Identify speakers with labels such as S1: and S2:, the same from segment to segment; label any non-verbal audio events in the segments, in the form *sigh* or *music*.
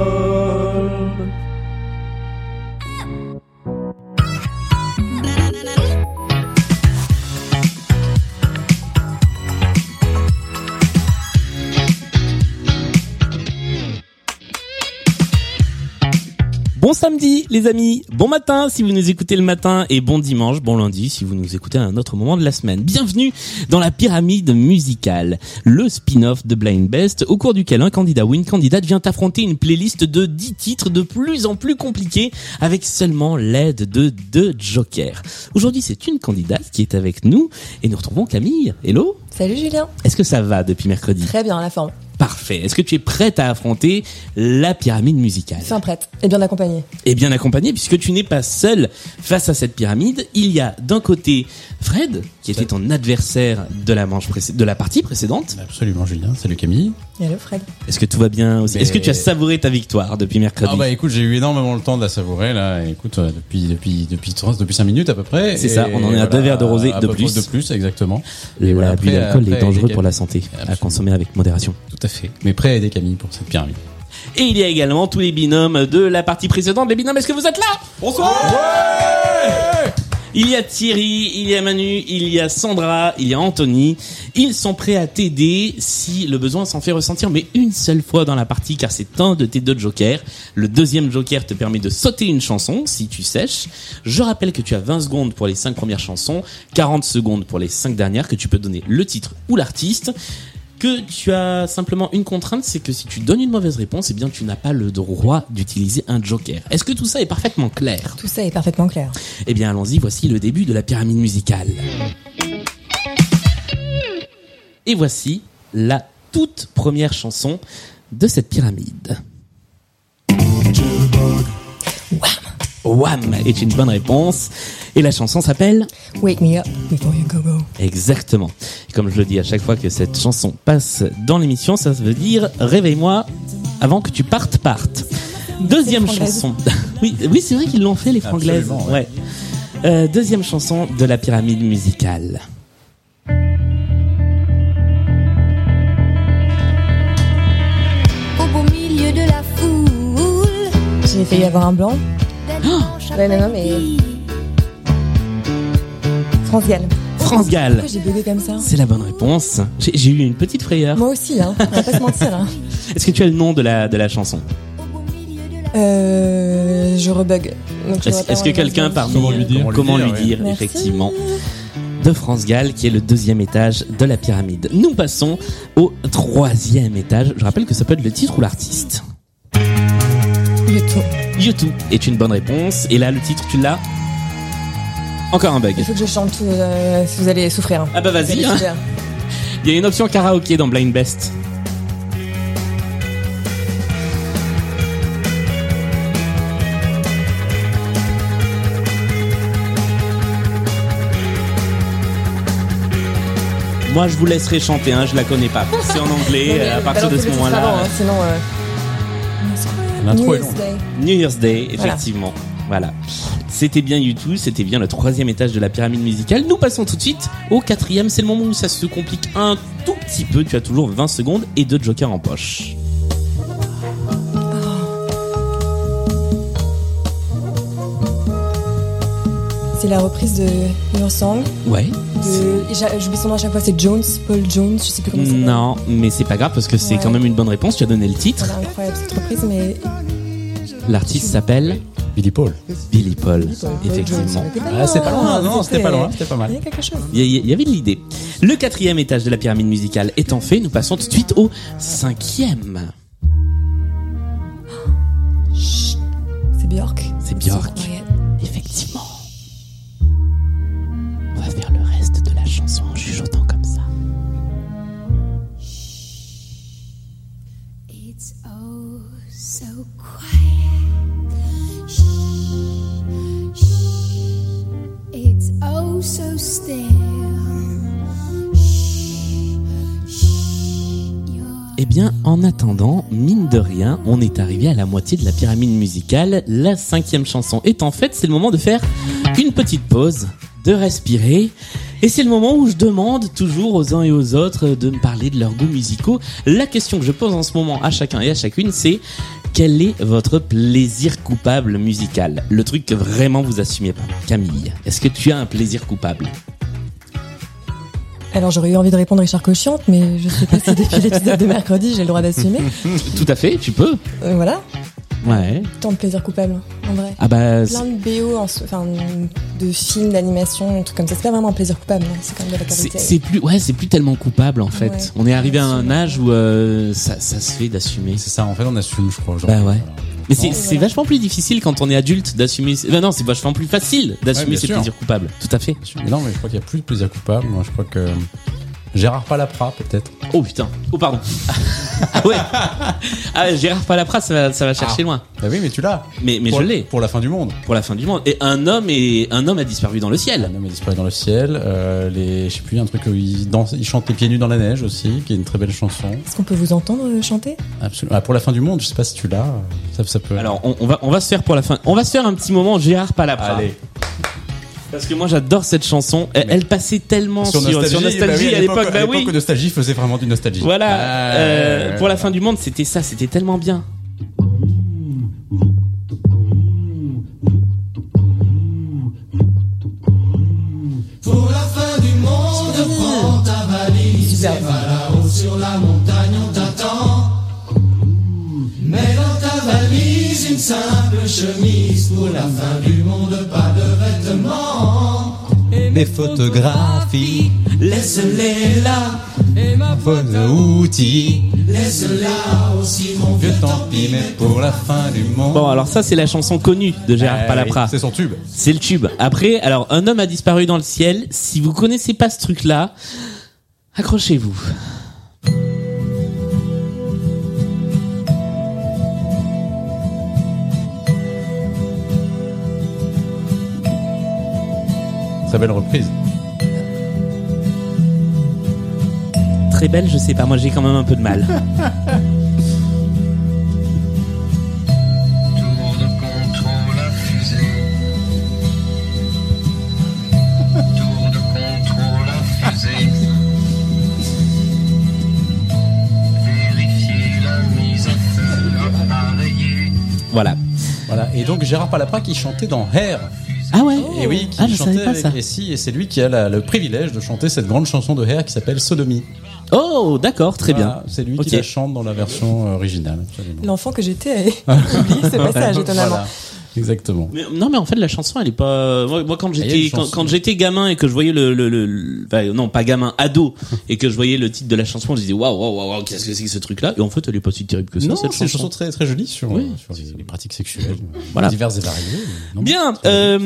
S1: Micro-Stockholm.
S2: Bon samedi les amis, bon matin si vous nous écoutez le matin et bon dimanche, bon lundi si vous nous écoutez à un autre moment de la semaine. Bienvenue dans la pyramide musicale, le spin-off de Blind Best au cours duquel un candidat ou une candidate vient affronter une playlist de 10 titres de plus en plus compliqués avec seulement l'aide de deux jokers. Aujourd'hui c'est une candidate qui est avec nous et nous retrouvons Camille. Hello
S3: Salut Julien.
S2: Est-ce que ça va depuis mercredi
S3: Très bien, la forme.
S2: Parfait. Est-ce que tu es prête à affronter la pyramide musicale
S3: Fin prête. Et bien accompagnée.
S2: et bien accompagné puisque tu n'es pas seul face à cette pyramide. Il y a d'un côté Fred qui était ton adversaire de la manche précé- de la partie précédente.
S4: Absolument, Julien. Salut Camille.
S3: Et le Fred.
S2: Est-ce que tout va bien aussi
S4: Mais-
S2: Est-ce que tu as savouré ta victoire depuis mercredi
S4: Ah bah écoute, j'ai eu énormément le temps de la savourer là. Et Écoute, euh, depuis depuis depuis 30 depuis 5 minutes à peu près.
S2: C'est
S4: Et
S2: ça, on en est à
S4: voilà,
S2: deux verres de rosé
S4: à
S2: de
S4: peu
S2: plus.
S4: près De plus, exactement.
S2: La
S4: voilà,
S2: bulle
S4: après,
S2: d'alcool est
S4: après,
S2: dangereuse
S4: les
S2: pour la
S4: cam-
S2: santé, à
S4: Absolument.
S2: consommer avec modération.
S4: Tout à fait. Mais prêt à aider Camille pour cette pyramide.
S2: Et il y a également tous les binômes de la partie précédente. Les binômes, est-ce que vous êtes là Bonsoir Il y a Thierry, il y a Manu, il y a Sandra, il y a Anthony. Ils sont prêts à t'aider si le besoin s'en fait ressentir, mais une seule fois dans la partie, car c'est un de tes deux jokers. Le deuxième joker te permet de sauter une chanson, si tu sèches. Je rappelle que tu as 20 secondes pour les 5 premières chansons, 40 secondes pour les 5 dernières, que tu peux donner le titre ou l'artiste. Que tu as simplement une contrainte, c'est que si tu donnes une mauvaise réponse, eh bien tu n'as pas le droit d'utiliser un joker. Est-ce que tout ça est parfaitement clair
S3: Tout ça est parfaitement clair.
S2: eh bien, allons-y, voici le début de la pyramide musicale. Et voici la toute première chanson de cette pyramide. Wham est une bonne réponse. Et la chanson s'appelle
S3: Wake me up before you go go.
S2: Exactement. Et Comme je le dis à chaque fois que cette chanson passe dans l'émission, ça veut dire Réveille-moi avant que tu partes, parte. Deuxième
S3: Les Franglaises.
S2: chanson. *laughs* Oui, oui c'est vrai qu'ils l'ont fait, les franglaises.
S4: Absolument,
S2: Ouais. Euh, deuxième chanson de la pyramide musicale.
S5: au beau milieu de la foule.
S3: J'ai failli avoir un blanc. Oh Ouais, non, non, mais- France Gall.
S2: France Gall.
S3: Pourquoi j'ai bugué comme ça
S2: C'est la bonne réponse. J'ai j'ai eu une petite frayeur.
S3: Moi aussi, hein. On va pas se mentir. hein.
S2: Est-ce que tu as le nom de la, de la chanson
S3: *laughs* Euh, je rebug. Donc, je
S2: Est-ce
S3: vois pas
S2: est-ce que
S3: vraiment
S2: quelqu'un
S3: ce
S2: parmi euh,
S4: Comment lui dire
S2: comment lui
S4: ouais.
S2: dire
S3: Merci.
S2: effectivement de France Gall, qui est le deuxième étage de la pyramide. Nous passons au troisième étage. Je rappelle que ça peut être le titre ou l'artiste.
S3: YouTube.
S2: YouTube est une bonne réponse. Et là, le titre, tu l'as Encore un bug.
S3: Il faut que je chante tout. euh, si vous allez souffrir.
S2: Ah bah
S3: Vous allez
S2: vas-y, hein.
S3: souffrir.
S2: il y a une option karaoké dans Blind Best. Moi, je vous laisserai chanter, hein, je la connais pas. C'est en anglais,
S3: *laughs* Non, mais
S2: euh, à partir
S3: balancez
S2: de
S3: le
S2: ce
S3: titre
S2: moment-là.
S3: avant, hein, sinon, euh,
S4: L'intro est
S3: New
S4: longue.
S3: Year's Day.
S2: New Year's Day,
S3: Voilà.
S2: effectivement. Voilà. C'était bien YouTube, c'était bien le troisième étage de la pyramide musicale. Nous passons tout de suite au quatrième. C'est le moment où ça se complique un tout petit peu. Tu as toujours 20 secondes et deux jokers en poche.
S3: C'est la reprise de Your Song.
S2: Ouais.
S3: de- et j'a- J'oublie son nom à chaque fois, c'est Jones, Paul Jones, je sais plus comment ça s'appelle.
S2: Non, mais c'est pas grave parce que c'est
S3: Ouais.
S2: quand même une bonne réponse. Tu as donné le titre.
S3: Voilà, incroyable cette reprise, mais
S2: L'artiste s'appelle
S4: Billy Paul.
S2: Billy Paul,
S3: Jones,
S2: effectivement.
S3: on était
S4: Ah, c'est pas loin,
S3: hein,
S4: non, c'était pas loin, c'était pas
S3: Il
S4: mal.
S3: y a quelque chose.
S2: Il y, il y avait de l'idée. Le quatrième étage de la pyramide musicale étant fait, nous passons tout de suite au cinquième.
S3: Chut, C'est Björk.
S2: C'est Björk.
S3: So quiet.
S2: Effectivement. On va faire le reste de la chanson en chuchotant comme ça.
S5: It's oh so quiet. Shh, shh. It's oh so still. Shh, shh. You're
S2: Eh bien, en attendant, mine de rien, on est arrivé à la moitié de la pyramide musicale. La cinquième chanson est en fait, c'est le moment de faire une petite pause, de respirer Et c'est le moment où je demande toujours aux uns et aux autres de me parler de leurs goûts musicaux. La question que je pose en ce moment à chacun et à chacune, c'est quel est votre plaisir coupable musical Le truc que vraiment vous assumez pas. Camille, est-ce que tu as un plaisir coupable
S3: Alors j'aurais eu envie de répondre Richard Cochiante, mais je sais pas si depuis l'épisode de mercredi j'ai le droit d'assumer.
S2: Tout à fait, tu peux.
S3: Euh, voilà,
S2: Ouais.
S3: tant de plaisir coupable, en vrai.
S2: Ah bah, c'est-
S3: Plein de BO, en so- enfin de films, d'animation, tout comme ça. C'est pas vraiment un plaisir coupable, mais c'est quand même de la
S2: c'est
S3: qualité.
S2: c'est plus, ouais, c'est plus tellement coupable en fait.
S3: Ouais.
S2: On est arrivé à un âge où euh, ça, ça se fait d'assumer.
S4: C'est ça, en fait, on assume, je crois. aujourd'hui.
S2: Bah ouais. Mais c'est
S4: Non,
S2: c'est vachement plus difficile quand on est adulte d'assumer. Ben non, c'est vachement plus facile d'assumer
S4: Ouais, bien
S2: ses
S4: sûr.
S2: plaisirs coupables. Tout à fait.
S4: Mais non, mais je crois qu'il y a plus de plaisir coupable. Moi, je crois que Gérard Palapra, peut-être.
S2: Oh putain. Oh
S4: *laughs*
S2: pardon. ah ouais. Ah ouais, Gérard Palapra, ça va, ça va chercher
S4: Ah.
S2: loin.
S4: Bah oui, mais tu l'as.
S2: Mais, mais
S4: Pour-
S2: je l'ai
S4: Pour la fin du monde.
S2: pour la fin du monde. Et un homme et un homme a disparu dans le ciel.
S4: Un homme est disparu dans le ciel. Euh, les, je sais plus, un truc où il danse, il chante les pieds nus dans la neige aussi, qui est une très belle chanson.
S3: Est-ce qu'on peut vous entendre euh, chanter
S4: Absolument. Ah, pour la fin du monde, je sais pas si tu l'as. Ça, ça peut.
S2: Alors on, on va on va se faire pour la fin. On va se faire un petit moment Gérard Palapra.
S4: allez.
S2: Parce que moi j'adore cette chanson. Elle,
S4: Mais-
S2: elle passait tellement sur, sur Nostalgie
S4: bah oui,
S2: à l'époque. Bah
S4: à
S2: oui.
S4: l'époque où Nostalgie faisait vraiment du nostalgie.
S2: Voilà.
S4: Ah,
S2: euh,
S4: ouais,
S2: pour la
S4: ouais,
S2: fin du monde, c'était ça. C'était tellement bien.
S1: Pour la fin du monde, prends ta valise et va là-haut sur la montagne, on t'attend. Mets dans ta valise une simple chemise pour la fin du monde, pas de vêtements. Et mes photographies, laisse-les là. Et ma bonne outil, laisse-la aussi mon vieux, tant pis, mais pour la fin du monde.
S2: Bon, alors ça, c'est la chanson connue de Gérard
S4: Eh
S2: Palapra.
S4: oui, C'est son tube.
S2: C'est le tube. Après, alors, un homme a disparu dans le ciel. Si vous connaissez pas ce truc-là, accrochez-vous.
S4: Très belle reprise.
S2: Très belle, je sais pas. Moi, j'ai quand même un peu de
S4: *laughs*
S2: mal.
S6: tour de contrôle à fusée. Tour de contrôle à fusée. Vérifier la mise à feu, appareiller.
S2: voilà.
S4: Voilà. Et donc Gérard Palapra qui chantait dans Hair.
S2: Ah ouais.
S4: Et Eh oui, qui
S2: ah, je
S4: chantait
S2: savais pas
S4: avec-
S2: ça.
S4: Et si, et c'est lui qui a la- le privilège de chanter cette grande chanson de Hair qui s'appelle Sodomie.
S2: Oh, d'accord, très
S4: Voilà, Ah, C'est lui
S2: Ok.
S4: qui la chante dans la version originale. absolument.
S3: L'enfant que j'étais a
S4: *laughs*
S3: oublié ce passage, étonnamment.
S4: Voilà. Exactement.
S2: bien. Mais- non, mais en fait, la chanson, elle est pas. Moi, moi, quand
S4: y a
S2: j'étais
S4: une
S2: quand,
S4: chanson.
S2: quand j'étais gamin et que je voyais le, le, le- le- enfin, non pas gamin ado et que je voyais le titre de la chanson, je disais waouh waouh waouh waouh, qu'est-ce que c'est que ce truc-là Et en fait, elle est pas si terrible que ça.
S4: Non,
S2: cette
S4: c'est une
S2: chanson.
S4: chanson très, très jolie sur, euh,
S2: Oui.
S4: sur les, les pratiques sexuelles euh,
S2: Voilà.
S4: diverses et variées. Non,
S2: Bien.
S4: c'est-
S2: euh,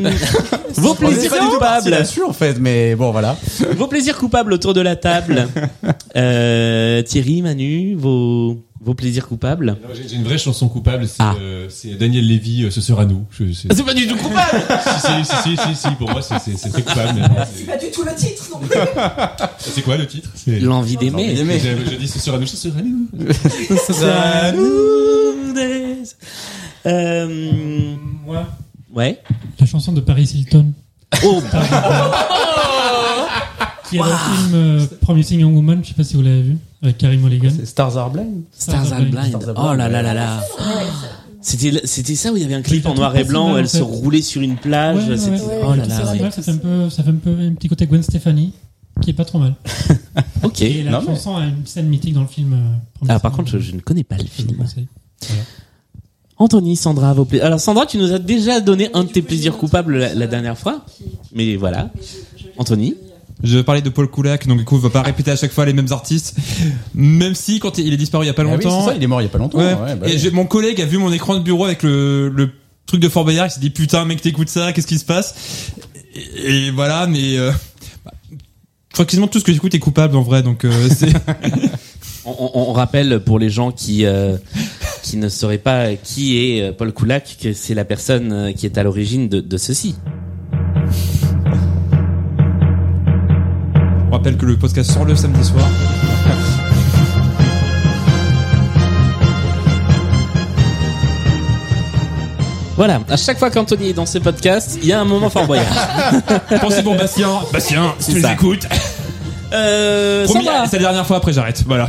S2: *laughs* vos
S4: On n'est
S2: plaisirs
S4: pas du tout parti
S2: coupables.
S4: là-dessus en fait, mais bon voilà. Eh
S2: Vos plaisirs coupables autour de la table. Euh, Thierry, Manu, vos, vos plaisirs coupables.
S7: Non, Ah, J'ai j'ai une vraie chanson coupable, c'est
S2: Ah.
S7: euh, c'est Daniel Lévy, euh, Ce sera nous. Je- c'est-
S8: Ah,
S2: C'est pas du tout coupable
S7: si, si, si, si, si, pour moi c'est- c'est c'est très coupable. mais c'est-
S3: Pas du tout le titre non plus.
S7: C'est quoi le titre C'est-
S2: *laughs* L'envie
S4: L'envie
S2: d'aimer.
S4: d'aimer.
S7: Je, je dis Ce sera nous, ce sera nous.
S2: Ça nous laisse. Euh,
S9: Moi,
S2: ouais.
S9: la chanson de Paris Hilton.
S2: Oh,
S9: Qui est dans le film euh, Promising Young Woman, je sais pas si vous l'avez vu, avec Karim Mulligan.
S4: C'est Stars Are Blind.
S2: Stars are blind. Oh là là là là. C'était c'était ça où il y avait un clip
S9: Je
S2: en
S9: trouve
S2: noir
S9: pas
S2: et
S9: si
S2: blanc,
S9: mal,
S2: elle
S9: en fait.
S2: se roulait sur une plage.
S9: Ouais, ouais,
S2: c'était-
S9: ouais.
S2: Oh là
S3: Ouais,
S2: là.
S3: c'est
S2: ouais.
S3: vrai.
S9: Ça fait un peu, ça fait un peu un petit côté Gwen Stefani, qui est pas trop mal.
S2: Ok.
S9: Et la
S4: Non, mais-
S9: chanson a une scène mythique dans le film. euh, Promising
S2: Ah par
S9: Young
S2: contre, je, je ne connais pas le
S9: Woman. Je vous
S2: film.
S9: conseille.
S2: Anthony, Sandra, vos plaisirs. Alors Sandra, tu nous as déjà donné un de tes plaisirs coupables la, la dernière fois, mais voilà. Anthony,
S8: Je parlais de Paul Koulak, donc du coup, on va pas répéter à chaque fois les mêmes artistes. Même si, quand il est disparu il y a pas
S4: Ah oui,
S8: longtemps.
S4: c'est ça, il est mort il y a pas longtemps.
S8: Ouais.
S4: ouais, bah
S8: Et
S4: oui.
S8: j'ai- mon collègue a vu mon écran de bureau avec le, le truc de Fort Boyard. Il s'est dit putain mec t'écoutes ça, qu'est-ce qui se passe et, et voilà, mais euh, bah, je crois quasiment tout ce que j'écoute est coupable en vrai. Donc euh, c'est *laughs*
S2: on, on- on rappelle pour les gens qui euh, qui ne sauraient pas qui est euh, Paul Koulak que c'est la personne euh, qui est à l'origine de, de ceci.
S8: on rappelle que le podcast sort le samedi soir.
S2: Voilà, à chaque fois qu'Anthony est dans ses podcasts, il y a un moment Fort Boyard.
S4: *laughs*
S8: Pensez *laughs* pour Bastien. Bastien, si
S2: C'est
S8: tu nous
S2: ça.
S8: écoutes.
S2: Euh,
S8: Promis,
S2: Sandra.
S8: c'est la dernière fois, après j'arrête. *laughs* Voilà.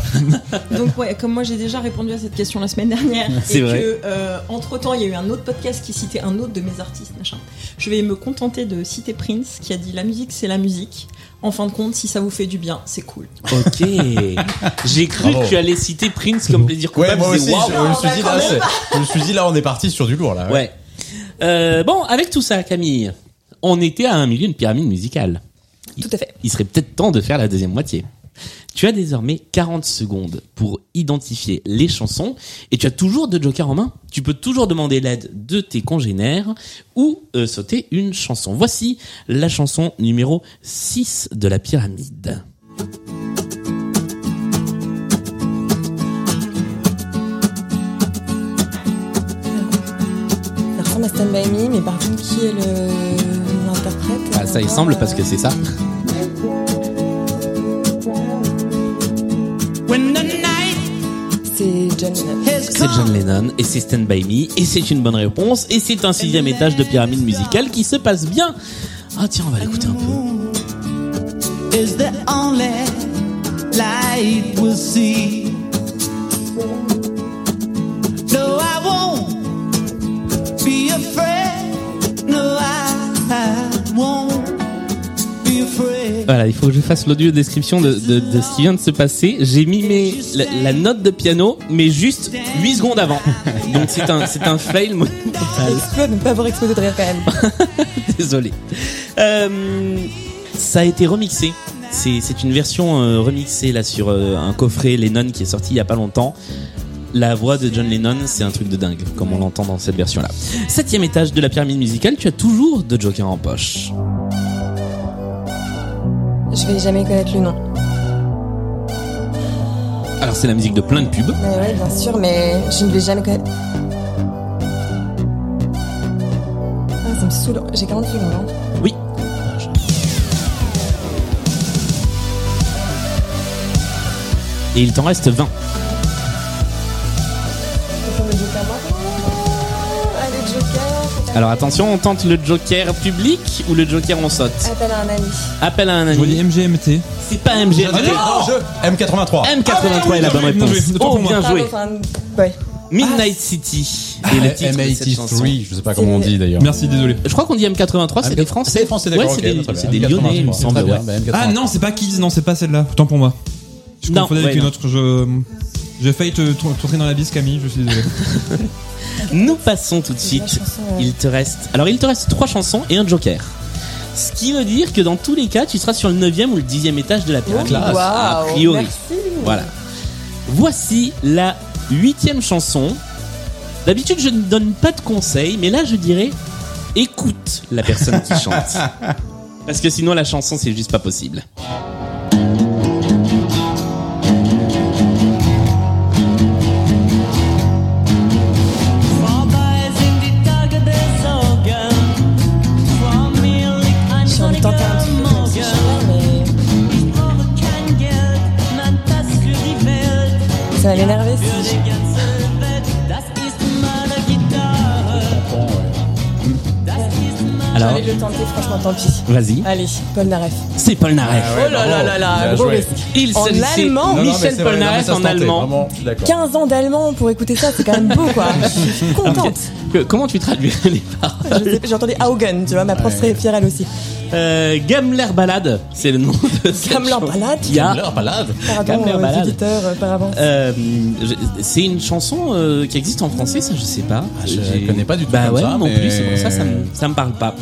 S10: Donc ouais, comme moi j'ai déjà répondu à cette question la semaine dernière
S2: C'est
S10: et
S2: vrai.
S10: que entre temps il y a eu un autre podcast qui citait un autre de mes artistes machin. Je vais me contenter de citer Prince qui a dit la musique c'est la musique. En fin de compte, si ça vous fait du bien, c'est cool.
S2: Ok.
S4: *laughs*
S2: J'ai cru
S4: Bravo.
S2: que tu allais citer Prince comme plaisir coupable.
S4: Ouais, moi
S2: Je disais,
S4: aussi,
S2: waouh.
S4: je, je me suis dit, là, c'est- je me suis dit, là, on est parti sur du lourd, là.
S2: Ouais. Euh, bon, avec tout ça, Camille, on était à un milieu de pyramide musicale.
S3: Tout à fait.
S2: Il serait peut-être temps de faire la deuxième moitié. Tu as désormais 40 secondes pour identifier les chansons et tu as toujours deux jokers en main. Tu peux toujours demander l'aide de tes congénères ou euh, sauter une chanson. Voici la chanson numéro 6 de la pyramide.
S3: Ça ressemble à Stand By Me, mais par contre, qui est le- l'interprète
S2: Ah, ça il semble parce que c'est ça.
S3: C'est John Lennon.
S2: C'est John Lennon et c'est Stand By Me et c'est une bonne réponse et c'est un sixième étage de pyramide musicale qui se passe bien. Ah tiens, on va l'écouter un peu.
S1: is the only light we'll see. No, I won't be afraid. No, I, I won't be afraid.
S2: Voilà, il faut que je fasse l'audio description de, de, de ce qui vient de se passer. J'ai mimé la, la note de piano, mais juste 8 secondes *laughs* avant. Donc c'est un, c'est un fail
S3: *laughs*
S2: monumental.
S3: Explode, ne pas avoir explosé de rire
S2: *laughs*
S3: quand même.
S2: Désolé. Euh, ça a été remixé. C'est c'est une version euh, remixée là sur euh, un coffret Lennon qui est sorti il y a pas longtemps. La voix de John Lennon, c'est un truc de dingue, comme on l'entend dans cette version-là. Septième étage de la pyramide musicale, tu as toujours deux jokers en poche.
S3: Je vais jamais connaître le nom.
S2: Alors c'est la musique de plein de pubs.
S3: Mais ouais, bien sûr, mais je ne vais jamais connaître. Ah, ça me saoule. J'ai 40 secondes. hein.
S2: Oui. Et il t'en reste 20.
S3: Ça ressemble au Joker, moi. Ah, le Joker, c'est pas-
S2: Alors attention, on tente le joker public ou le joker on saute
S3: Appelle à un ami.
S2: Appel à un
S8: Je dis
S2: ami.
S8: MGMT.
S2: C'est pas MGM.
S4: Ah, non M83. Ah,
S2: M83 est la bonne
S8: bien joué,
S2: réponse.
S8: bien joué, autant
S2: Oh,
S8: pour moi.
S2: bien
S3: Pardon,
S2: joué.
S3: enfin, ouais.
S2: Midnight City
S4: Ah,
S2: est le titre de cette chanson.
S4: M83, je sais pas comment on dit d'ailleurs.
S8: Merci, désolé.
S2: Je crois qu'on dit M83, c'est des Français.
S4: Ah, C'est des Français, d'accord.
S2: Ouais, c'est
S4: ok,
S2: des-
S4: très bien.
S2: c'est des Lyonnais, il me
S4: Très
S2: semble.
S4: bien,
S2: ouais.
S4: bah, M83.
S8: Ah non, c'est pas Kids, non, c'est pas celle-là. Autant pour moi. Je
S2: Non,
S8: confondais avec
S2: ouais,
S8: une
S2: non.
S8: autre. Je... J'ai failli te tr- tourner dans la bise, Camille, je suis désolé.
S2: Nous passons tout de
S3: La
S2: suite.
S3: chanson, euh,
S2: Il te reste. Alors, il te reste trois chansons et un joker. Ce qui veut dire que dans tous les cas, tu seras sur le 9 ou le 10 étage de la pyramide.
S3: Waouh,
S2: a priori.
S3: merci.
S2: Voilà. Voici la huitième chanson. D'habitude, je ne donne pas de conseils, mais là, je dirais écoute la personne qui chante. *laughs* Parce que sinon, la chanson, c'est juste pas possible.
S3: J'ai envie de tenter un truc comme ce chien-là, mais ça va m'énerver. si je-
S2: Alors, Ah
S3: J'allais le tenter, franchement, tant pis.
S2: vas-y.
S3: Allez, Paul Naref.
S2: C'est Polnareff.
S4: Ah ouais,
S3: Oh là là là là,
S4: bravo. Bien
S3: gros
S4: joué.
S3: risque.
S2: Il
S3: En
S2: s'agissait de
S3: allemand. Non, non,
S4: mais
S2: Michel
S4: c'est vrai, non, mais
S2: Polnareff
S4: ça se
S2: en
S4: tentait,
S2: allemand.
S4: vraiment, je suis d'accord.
S3: 15 ans d'allemand pour écouter ça, c'est quand même beau
S4: *laughs*
S3: quoi. Je suis contente.
S2: Que- comment tu traduis *laughs* les paroles
S3: Je sais- J'entendais Haugen, tu vois, ma prof
S4: Ouais.
S3: serait fière elle aussi.
S2: euh, Gamler Ballade, c'est le nom de cette
S3: Gameler
S2: chanson.
S3: Ballade
S2: Il y a-
S4: Leur balade.
S3: Pardon,
S2: Gameler
S3: euh,
S2: Ballade.
S3: les auditeurs, euh, par avance.
S2: Euh, je- c'est une chanson euh, qui existe en français, ça je sais pas.
S4: Ah, je
S2: J'ai-
S4: connais pas du tout
S2: Bah
S4: comme
S2: ouais,
S4: ça,
S2: non
S4: mais-
S2: plus, c'est pour ça ça me, ça me parle pas.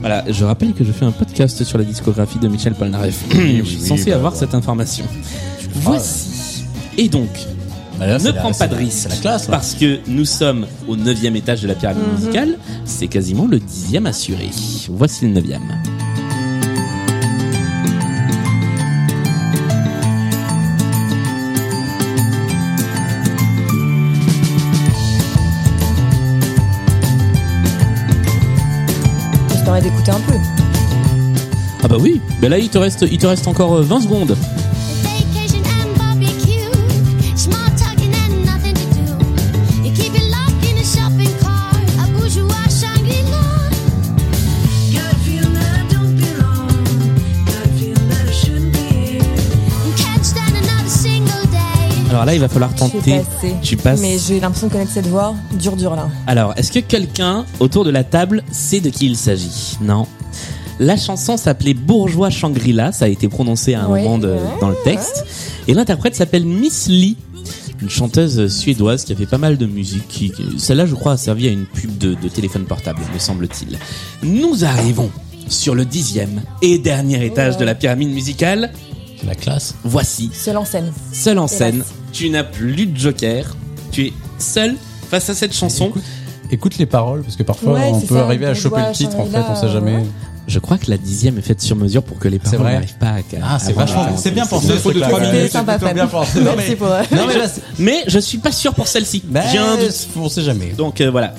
S2: Voilà, je rappelle que je fais un podcast sur la discographie de Michel Polnareff. je suis
S4: oui,
S2: censé
S4: bah,
S2: avoir
S4: bah.
S2: cette information. Voici. Et donc,
S4: Bah, là,
S2: ne
S4: c'est la-
S2: prends
S4: c'est
S2: pas de
S4: la-
S2: risque.
S4: C'est la classe, là.
S2: Parce que nous sommes au 9 étage de la pyramide
S3: Mhm.
S2: musicale. C'est quasiment le 10 assuré. Voici le 9
S3: Je t'aurais d'écouter un peu.
S2: Ah bah oui, bah là il te reste, il te reste encore euh, 20 secondes.
S5: Vacation and barbecue, small talking and nothing to do. You keep your luck in a shopping cart, a bourgeois
S2: Alors là, il va falloir
S3: Je suis
S2: tenter.
S3: passée.
S2: Tu passes.
S3: Mais j'ai l'impression de connaître cette voix dur dur là.
S2: Alors, est-ce que quelqu'un autour de la table sait de qui il s'agit Non. La chanson s'appelait Bourgeois Shangri-La, ça a été prononcé à un
S3: Oui.
S2: moment de- dans le texte. Et l'interprète s'appelle Miss Lee, une chanteuse suédoise qui a fait pas mal de musique. qui- qui- Celle-là, je crois, a servi à une pub de, de téléphone portable, me semble-t-il. Nous arrivons sur le dixième et dernier étage de la pyramide musicale.
S4: C'est la classe.
S2: Voici
S3: Seul en scène.
S2: seul en
S3: Hélas.
S2: scène. Tu n'as plus de joker. Tu es seul face à cette chanson.
S4: Écoute, écoute les paroles, parce que parfois
S3: Ouais,
S4: on
S3: c'est
S4: peut
S3: ça,
S4: arriver à
S3: on
S4: choper
S3: voit
S4: le titre, en fait,
S3: Shangri-La,
S4: on sait jamais.
S2: Ah,
S3: ouais.
S2: Je crois que la dixième est faite sur mesure pour que les
S4: C'est
S2: parents
S4: vrai.
S2: n'arrivent pas à.
S4: Ah, c'est
S2: à-
S4: vachement-
S2: à-
S8: C'est bien pensé,
S4: C'est
S8: le truc de
S4: clair.
S8: 3
S4: C'était
S8: minutes.
S3: sympa,
S8: plutôt
S3: Fab.
S8: bien pensé. Non, mais-
S3: Merci pour.
S4: Non, mais là, c'est-
S2: Mais je suis pas sûr pour celle-ci.
S4: ben,
S2: J'ai un doute.
S4: on sait jamais.
S2: Donc euh, voilà.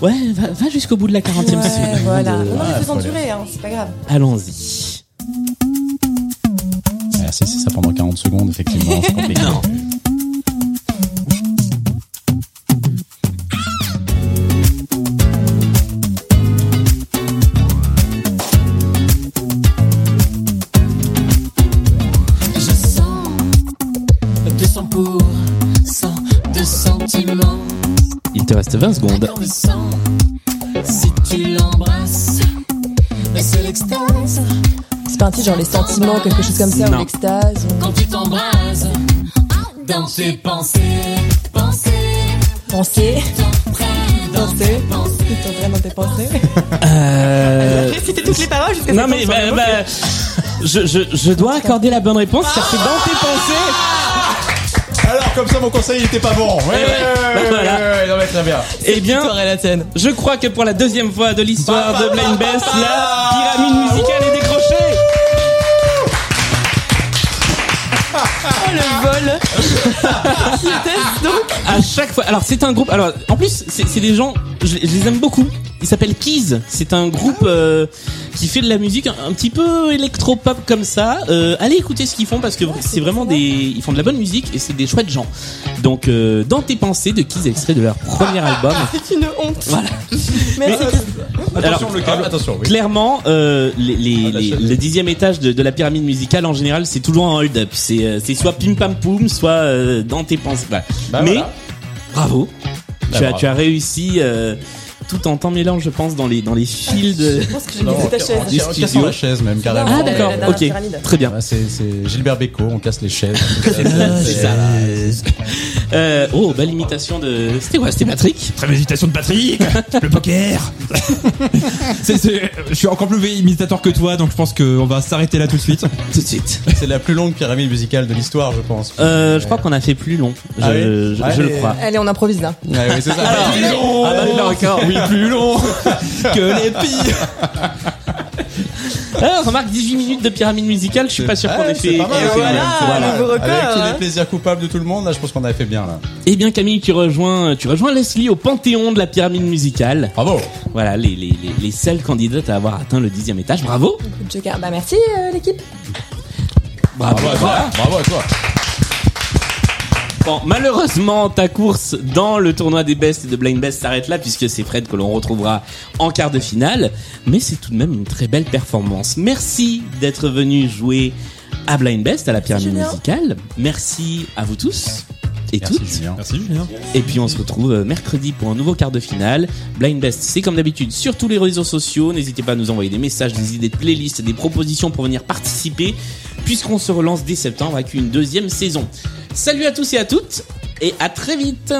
S2: Ouais, va, va jusqu'au bout de la 40e
S3: Ouais,
S2: suite.
S3: voilà.
S4: de-
S3: Non,
S4: Ah,
S3: mais faisons
S4: faut aller.
S3: durer, hein, c'est pas grave.
S2: Allons-y.
S4: Ah, si, c'est ça pendant 40 secondes, effectivement. c'est compliqué.
S2: Non.
S1: Je sens 200 pour 100 de sentiments.
S2: Il te reste 20 secondes.
S1: Dans le sang, si tu l'embrasses, mais c'est l'extase
S3: C'est pas un titre genre les sentiments, quelque chose comme ça,
S2: Non.
S3: ou l'extase. ou-
S1: quand tu t'embrases. Dans tes pensées, pensées,
S3: Penser.
S1: t'empruntes dans tes pensées.
S3: Ils t'ont vraiment dépensé.
S2: Euh...
S3: J'ai cité toutes les paroles jusqu'à
S2: Non mais bah, bah, je, je, je dois accorder la bonne réponse car c'est dans tes
S4: Ah,
S2: pensées.
S4: Alors, comme ça, mon conseil il était pas bon. Ouais,
S2: ouais. Bah, Voilà.
S4: non, mais très bien.
S2: Eh bien,
S3: la tienne.
S2: Je crois que pour la deuxième fois de l'histoire de Blind Best, la pyramide musicale est décrochée. À chaque fois. Alors c'est un groupe. Alors en plus c'est c'est des gens. Je, je les aime beaucoup. Ils s'appellent Keys. C'est un groupe euh, qui fait de la musique un, un petit peu électropop comme ça. Euh, allez écouter ce qu'ils font parce que c'est vraiment des. Ils font de la bonne musique et c'est des chouettes gens. Donc euh, dans tes pensées de Keys extrait de leur premier album.
S3: C'est une honte.
S2: bah, Voilà.
S3: Merci.
S2: Alors,
S4: Attention, le câble, attention, oui.
S2: Clairement, euh, les, les-
S4: Ah, la
S2: les-
S4: chaîne.
S2: le dixième étage de, de la pyramide musicale, en général, c'est toujours un hold-up. C'est euh, c'est soit pim pam poum, soit euh, dans tes pensées. Voilà.
S4: Bah,
S2: Mais
S4: voilà.
S2: bravo.
S4: Bah,
S2: tu, as,
S4: bravo.
S2: tu as réussi euh, tout en temps mélange, je pense, dans les, dans les fils de.
S3: Je pense que j'ai
S2: euh,
S4: Non,
S3: laissé ta
S4: on-
S3: chaise.
S4: on-
S2: Du
S4: on casse
S2: studio.
S4: la chaise, même, carrément.
S2: Ah, d'accord,
S3: la dernière
S2: ok.
S3: pyramide.
S2: Très bien.
S4: Ah, C'est c'est Gilbert Bécaud, on casse les chaises.
S2: C'est ça. Euh, oh, belle imitation de. C'était quoi C'était Patrick
S8: *laughs* Très belle imitation de Patrick *laughs* Le poker *laughs* C'est- c'est- Je suis encore plus imitateur que toi, donc je pense qu'on va s'arrêter là tout de suite.
S2: Tout de suite.
S4: C'est la plus longue pyramide musicale de l'histoire, je pense.
S2: Euh, je crois qu'on a fait plus long. Je,
S4: Ah oui
S2: je- je
S4: Allez.
S2: le crois.
S3: Allez, on improvise là.
S4: Ouais, ouais, c'est ça.
S2: Alors,
S8: long
S2: Ah bah oui, là encore. *laughs*
S8: Oui, plus *laughs* long que les pires
S2: Ah, remarque, 18 minutes de pyramide musicale, je suis pas sûr qu'on
S4: Ouais,
S2: ait
S4: c'est
S2: fait.
S4: pas mal,
S2: qu'on ait fait
S4: ouais,
S2: mal.
S4: c'est pas mal.
S3: nouveau record,
S4: Avec tous
S3: hein.
S4: les plaisirs coupables de tout le monde, là, je pense qu'on a fait bien, là.
S2: Eh bien Camille, tu rejoins, tu rejoins Leslie au panthéon de la pyramide musicale.
S4: Bravo.
S2: Voilà, les, les, les, les seules candidates à avoir atteint le dixième étage. Bravo
S3: Coup de joker. Bah merci euh, l'équipe.
S2: Bravo,
S4: Bravo à toi. Bravo à toi.
S2: Bon, malheureusement, ta course dans le tournoi des Best et de Blind Best s'arrête là puisque c'est Fred que l'on retrouvera en quart de finale. Mais c'est tout de même une très belle performance. Merci d'être venu jouer à Blind Best, à la pyramide
S3: Julien.
S2: musicale. Merci à vous tous et toutes.
S4: Julien.
S8: Merci Julien.
S2: Et puis on se retrouve euh, mercredi pour un nouveau quart de finale. Blind Best, c'est comme d'habitude sur tous les réseaux sociaux. N'hésitez pas à nous envoyer des messages, des idées de playlists, des propositions pour venir participer, puisqu'on se relance dès septembre avec une deuxième saison. Salut à tous et à toutes, et à très vite